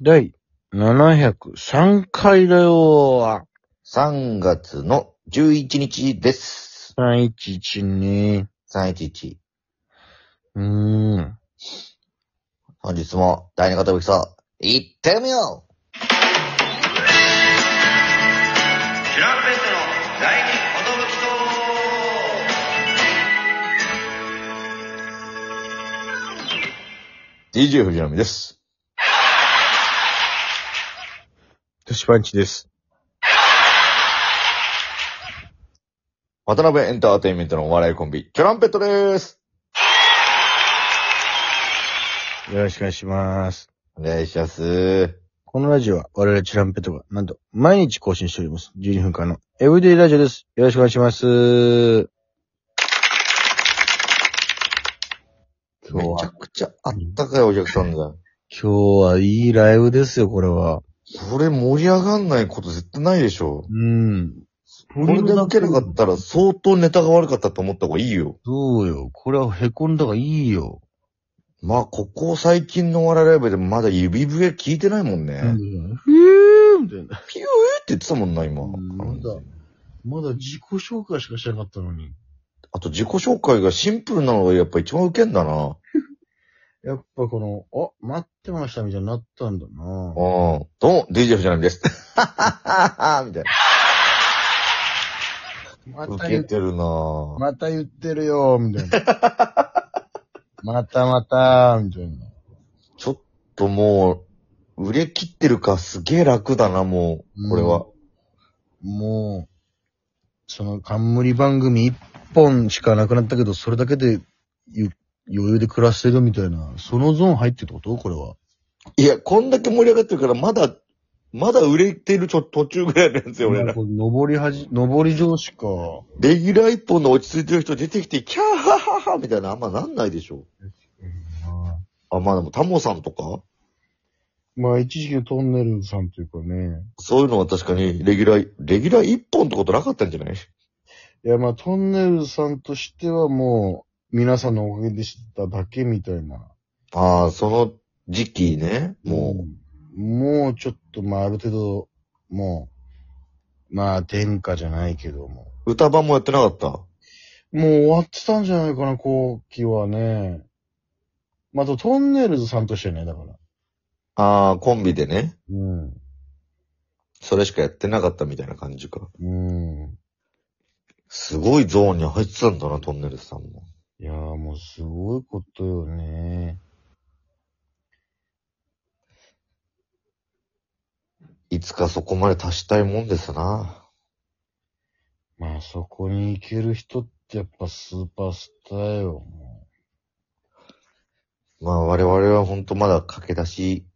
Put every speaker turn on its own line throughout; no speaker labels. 第703回だよ
3月の11日です。
ー。311ね。
311。
うーん。
本日も第二方さん行ってみよう
キュランペットの第二寿
!DJ 藤波です。
トシパンチです。
渡辺エンターテインメントのお笑いコンビ、チョランペットです。
よろしくお願いします。
お願いします。
このラジオは我々チュランペットがなんと毎日更新しております。12分間のエブリデイラジオです。よろしくお願いします。今
め
日
ちゃ
は、
くちゃあったかいお客さんだ。
今日はいいライブですよ、これは。
これ盛り上がんないこと絶対ないでしょ
う。ん。こ
これで受けなかったら相当ネタが悪かったと思った方がいいよ。
そうよ。これは凹んだがいいよ。
まあ、ここ最近のお笑いライブでまだ指笛聞いてないもんね。ピューっ
ふぅーみたいな。
て言ってたもんな、今。
うんなんだまだ自己紹介しかしてなかったのに。
あと自己紹介がシンプルなのがやっぱ一番ウケんだな。
やっぱこの、あ、待ってましたみたいになったんだな
うん。どうも、DJ 藤 波です。ははははみたいな。
ま
ウ
た
ケ
言、
てるな
また言ってるよ、みたいな。 またまた、みたいな。
ちょっともう、売れ切ってるかすげえ楽だな、もう、これは。
もう、その冠番組一本しかなくなったけど、それだけでゆ余裕で暮らせるみたいな、そのゾーン入ってってことこれは。
いや、こんだけ盛り上がってるから、まだ、まだ売れてるちょ途中ぐらいのやつよ、俺ら。
上りはじ、上り上司か。
レギュラー一本の落ち着いてる人出てきて、キャーハハハみたいな、あんまなんないでしょ。あ、まあでも、タモさんとか
まあ、一時期のトンネルさんというかね。
そういうのは確かに、レギュラー、レギュラー一本ってことなかったんじゃない
いや、まあ、トンネルさんとしてはもう、皆さんのおかげでしただけみたいな。
ああ、その時期ね。も
う、もうちょっと、まあ、ある程度、もう、まあ、天下じゃないけども。
う、歌番もやってなかった。
もう終わってたんじゃないかな、後期はね。まあ、あと、トンネルズさんとしてね、だから。
ああ、コンビでね。
うん。
それしかやってなかったみたいな感じか。
うん。
すごいゾーンに入ってたんだな、トンネルズさんも。
いやー、もうすごいことよね。
いつかそこまで達したいもんですな。
まあ、そこに行ける人ってやっぱスーパースターよ、も
まあ、我々は本当まだ駆け出し、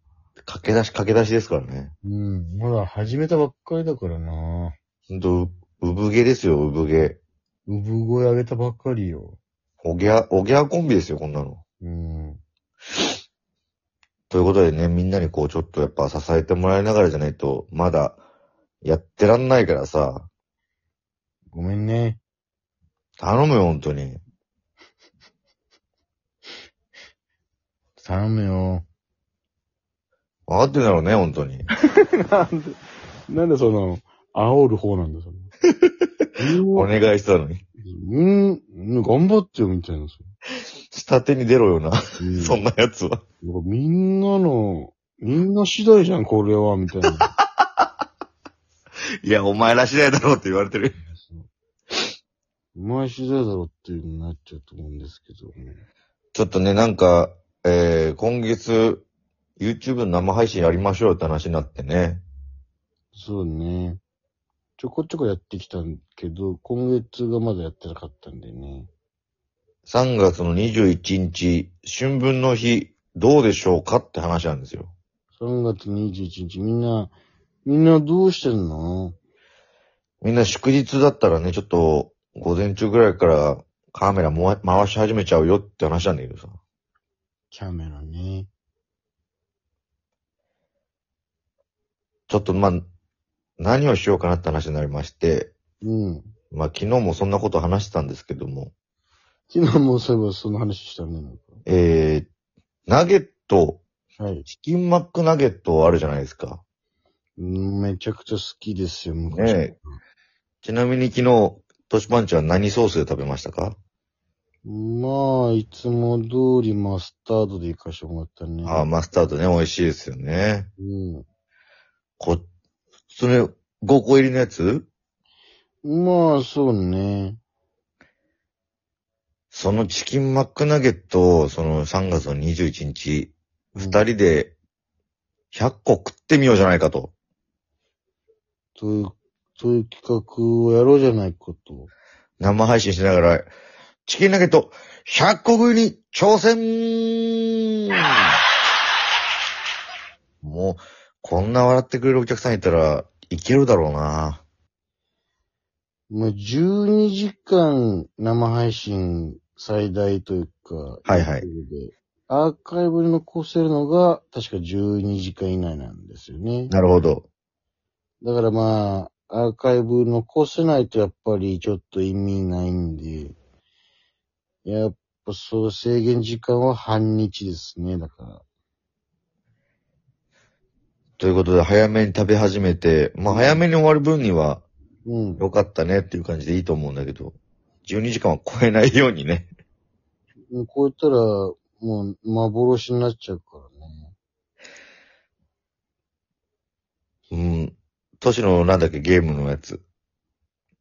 駆け出し駆け出しですからね。
う。うん。まだ始めたばっかりだからな。
本当う、産毛ですよ、産毛。
産声上げたばっかりよ。
おぎゃ、おぎゃコンビですよ、こんなの。
うん。
ということでね、みんなにこう、ちょっとやっぱ支えてもらいながらじゃないと、まだ、やってらんないからさ、
ごめんね。
頼むよ、本当に。
頼むよ。
分かってんだろうね、本当に。
なんで、なんでその、煽る方なんだ、そ れ。
お願いしたのに。
うん、うん、頑張ってよ、みたいな。そ
下手に出ろよな、
ううん
そんなやつは。
なんかみんなの、みんな次第じゃん、これは、みたいな。
いや、お前ら次第だろうって言われてる。
お前次第だろっていうのになっちゃうと思うんですけどね。
ちょっとね、なんか、えー、今月、YouTube の生配信やりましょうよって話になってね。
そうね。ちょこちょこやってきたんけど、今月がまだやってなかったんでね。
3月の21日、春分の日、どうでしょうかって話なんですよ。
3月21日、みんな、みんなどうしてんの
みんな祝日だったらね、ちょっと、午前中ぐらいからカメラもわ回し始めちゃうよって話なんだけどさ。
キャメラね。
ちょっとまあ、何をしようかなって話になりまして、
うん。
まあ昨日もそんなこと話してたんですけども、
昨日もそういえばその話したね。なんか
えー、ナゲット
はい。
チキンマックナゲットあるじゃないですか。
めちゃくちゃ好きですよ、昔。
ねえ。ちなみに昨日、トシパンチは何ソースで食べましたか
まあ、いつも通りマスタードで行かしてもらったね。
ああ、マスタードね、美味しいですよね。
うん。
こ、それ、5個入りのやつ
まあ、そうね。
そのチキンマックナゲットを、その3月の21日、
うん
二人で100個食ってみようじゃないかと。
という、という企画をやろうじゃないかと。
生配信しながら、チキンナゲット100個食いに挑戦もう、こんな笑ってくれるお客さんいたら、いけるだろうな。
まあ、12時間生配信最大というか、
はいはい
とうことで。アーカイブに残せるのが、確か12時間以内なんですよね。
なるほど。
だからまあ、アーカイブ残せないとやっぱりちょっと意味ないんで、やっぱそう制限時間は半日ですね、だから。
ということで、早めに食べ始めて、まあ早めに終わる分には、
うん。
良かったねっていう感じでいいと思うんだけど、12時間は超えないようにね。
もう超えたら、もう幻になっちゃうからね。
うん。都市のなんだっけ、ゲームのやつ。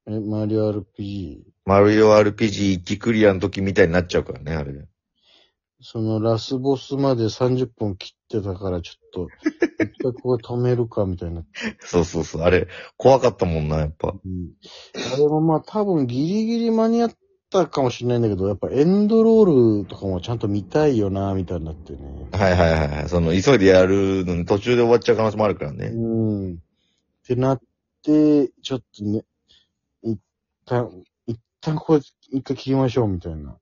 え、マリオ RPG。
マリオ RPG 一気クリアの時みたいになっちゃうからね、あれ。
そのラスボスまで30分切ってたからちょっと、一回ここで止めるかみたいになって。
そうそうそう。あれ、怖かったもんな、やっぱ。
うん。あれもまあ多分ギリギリ間に合ったかもしれないんだけど、やっぱエンドロールとかもちゃんと見たいよな、みたいになってね。
はいはいはいはい。その、急いでやるのに途中で終わっちゃう可能性もあるからね。
うん。ってなって、ちょっとね、一旦、一旦ここで一回切りましょう、みたいな。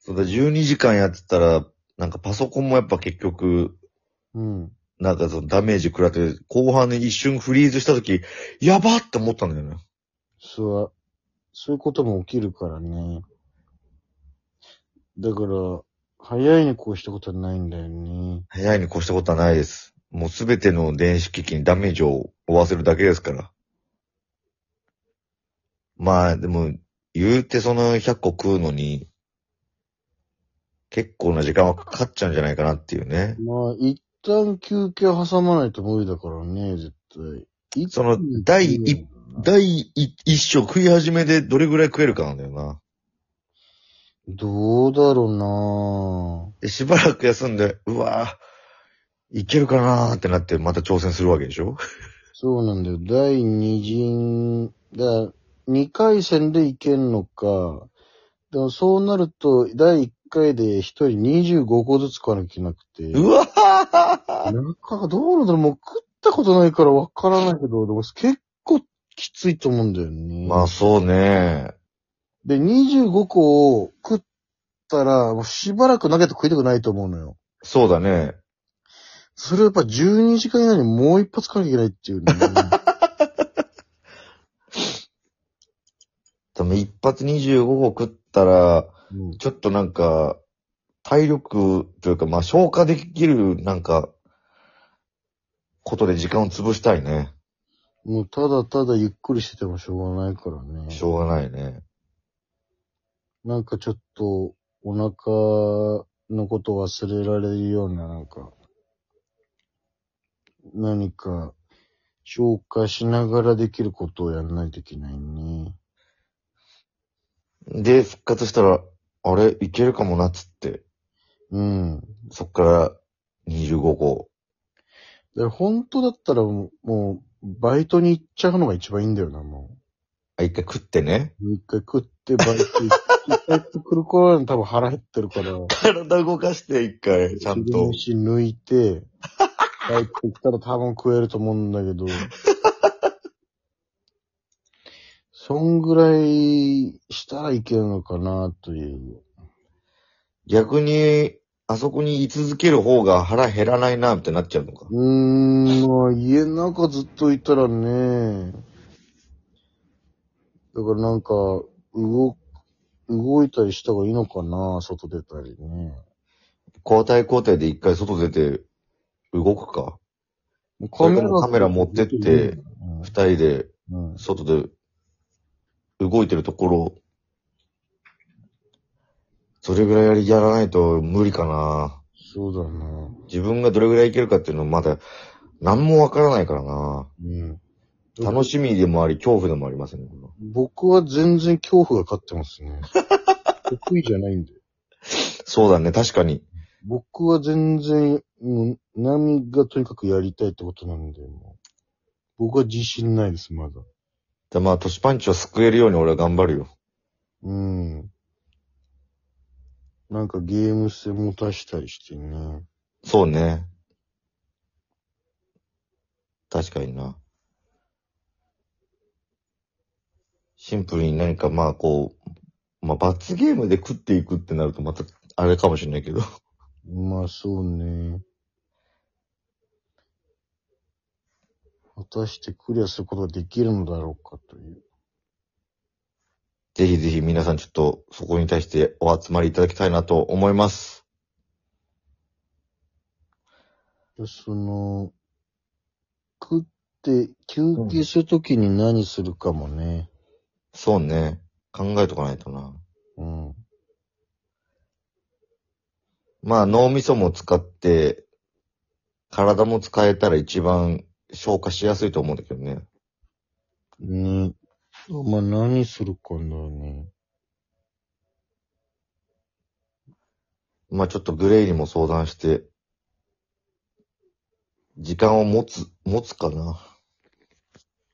そうだ、12時間やってたら、なんかパソコンもやっぱ結局、
うん。
なんかそのダメージ食らって、後半に一瞬フリーズした時、やばって思ったんだよね。
そう、そういうことも起きるからね。だから、早いにこうしたことはないんだよね。
早いに越したことはないです。もうすべての電子機器にダメージを負わせるだけですから。まあ、でも、言うてその100個食うのに、結構な時間はかかっちゃうんじゃないかなっていうね。
まあ、一旦休憩挟まないと無理だからね、絶対。
その
一気に
第一第一章食い始めでどれぐらい食えるかなんだよな。
どうだろうな
で、しばらく休んで、うわぁ、いけるかなーってなってまた挑戦するわけでしょ
そうなんだよ。第二陣、だ、二回戦でいけんのか。でもそうなると、第一回で一人25個ずつ食わなきゃいけなくて。
うわぁ
なんか、どうなんだろう、もう食ったことないからわからないけど、でも結構きついと思うんだよね。
まあそうね。
で、25個を食ったら、もうしばらく投げて食いたくないと思うのよ。
そうだね。
それはやっぱ12時間以内にもう一発食わなきゃいけないっていうね。
多分一発25個食ったら、
うん
ちょっとなんか、体力というか、まあ消化できる、なんか、ことで時間を潰したいね。
もうただただゆっくりしててもしょうがないからね。
しょうがないね。
なんかちょっと、お腹のこと忘れられるような、なんか、何か、消化しながらできることをやらないといけないね。
で、復活したら、あれ、いけるかもなっつって、
うん。
そっから25個。
で本当だったらもう、もうバイトに行っちゃうのが一番いいんだよな、も
あ、一回食ってね。
う。一回食って、バイト行って、帰ってくる頃に多分腹減ってるから、
体動かして一回、ちゃん
昼
と。
飯抜いて、 帰ってきたら多分食えると思うんだけど。そんぐらいしたらいけるのかなという。
逆に、あそこに居続ける方が腹減らないな、ってなっちゃうのか。
うーん、まあ家の中ずっといたらね。だからなんか、動、動いたりした方がいいのかな外出たりね。
交代交代で一回外出て、動くか。
カメラ
カメラ持ってって、
うん
二人で
うん
外で動いてるところ、それぐらいやりやらないと無理かな。
そうだな。
自分がどれぐらいいけるかっていうのまだ何もわからないからな。
うん。
楽しみでもあり、恐怖でもありません、ね。
僕は全然恐怖が勝ってますね。得意じゃないんで。
そうだね、確かに。
僕は全然、うん、何がとにかくやりたいってことなんで、もう僕は自信ないです、まだ。
じゃあまあ、トシパンチを救えるように俺は頑張るよ。
うん。なんかゲーム性持たしたりしてね。
そうね。確かにな。シンプルに何かまあこう、まあ罰ゲームで食っていくってなるとまたあれかもしれないけど。
まあそうね。果たしてクリアすることができるのだろうかという。
ぜひぜひ皆さんちょっとそこに対してお集まりいただきたいなと思います。
でその、食って休憩するときに何するかもね。
そうね。考えとかないとな。
うん。
まあ脳みそも使って、体も使えたら一番消化しやすいと思うんだけどね。
ね。まあ何するかだね。
まあちょっとグレイにも相談して、時間を持つ、持つかな。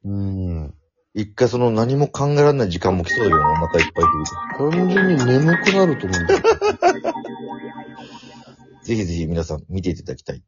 うん。
一回その何も考えられない時間も来そうだけどな、またいっぱい来ると
完全に眠くなると思うんだよ。
ぜひぜひ皆さん見ていただきたい。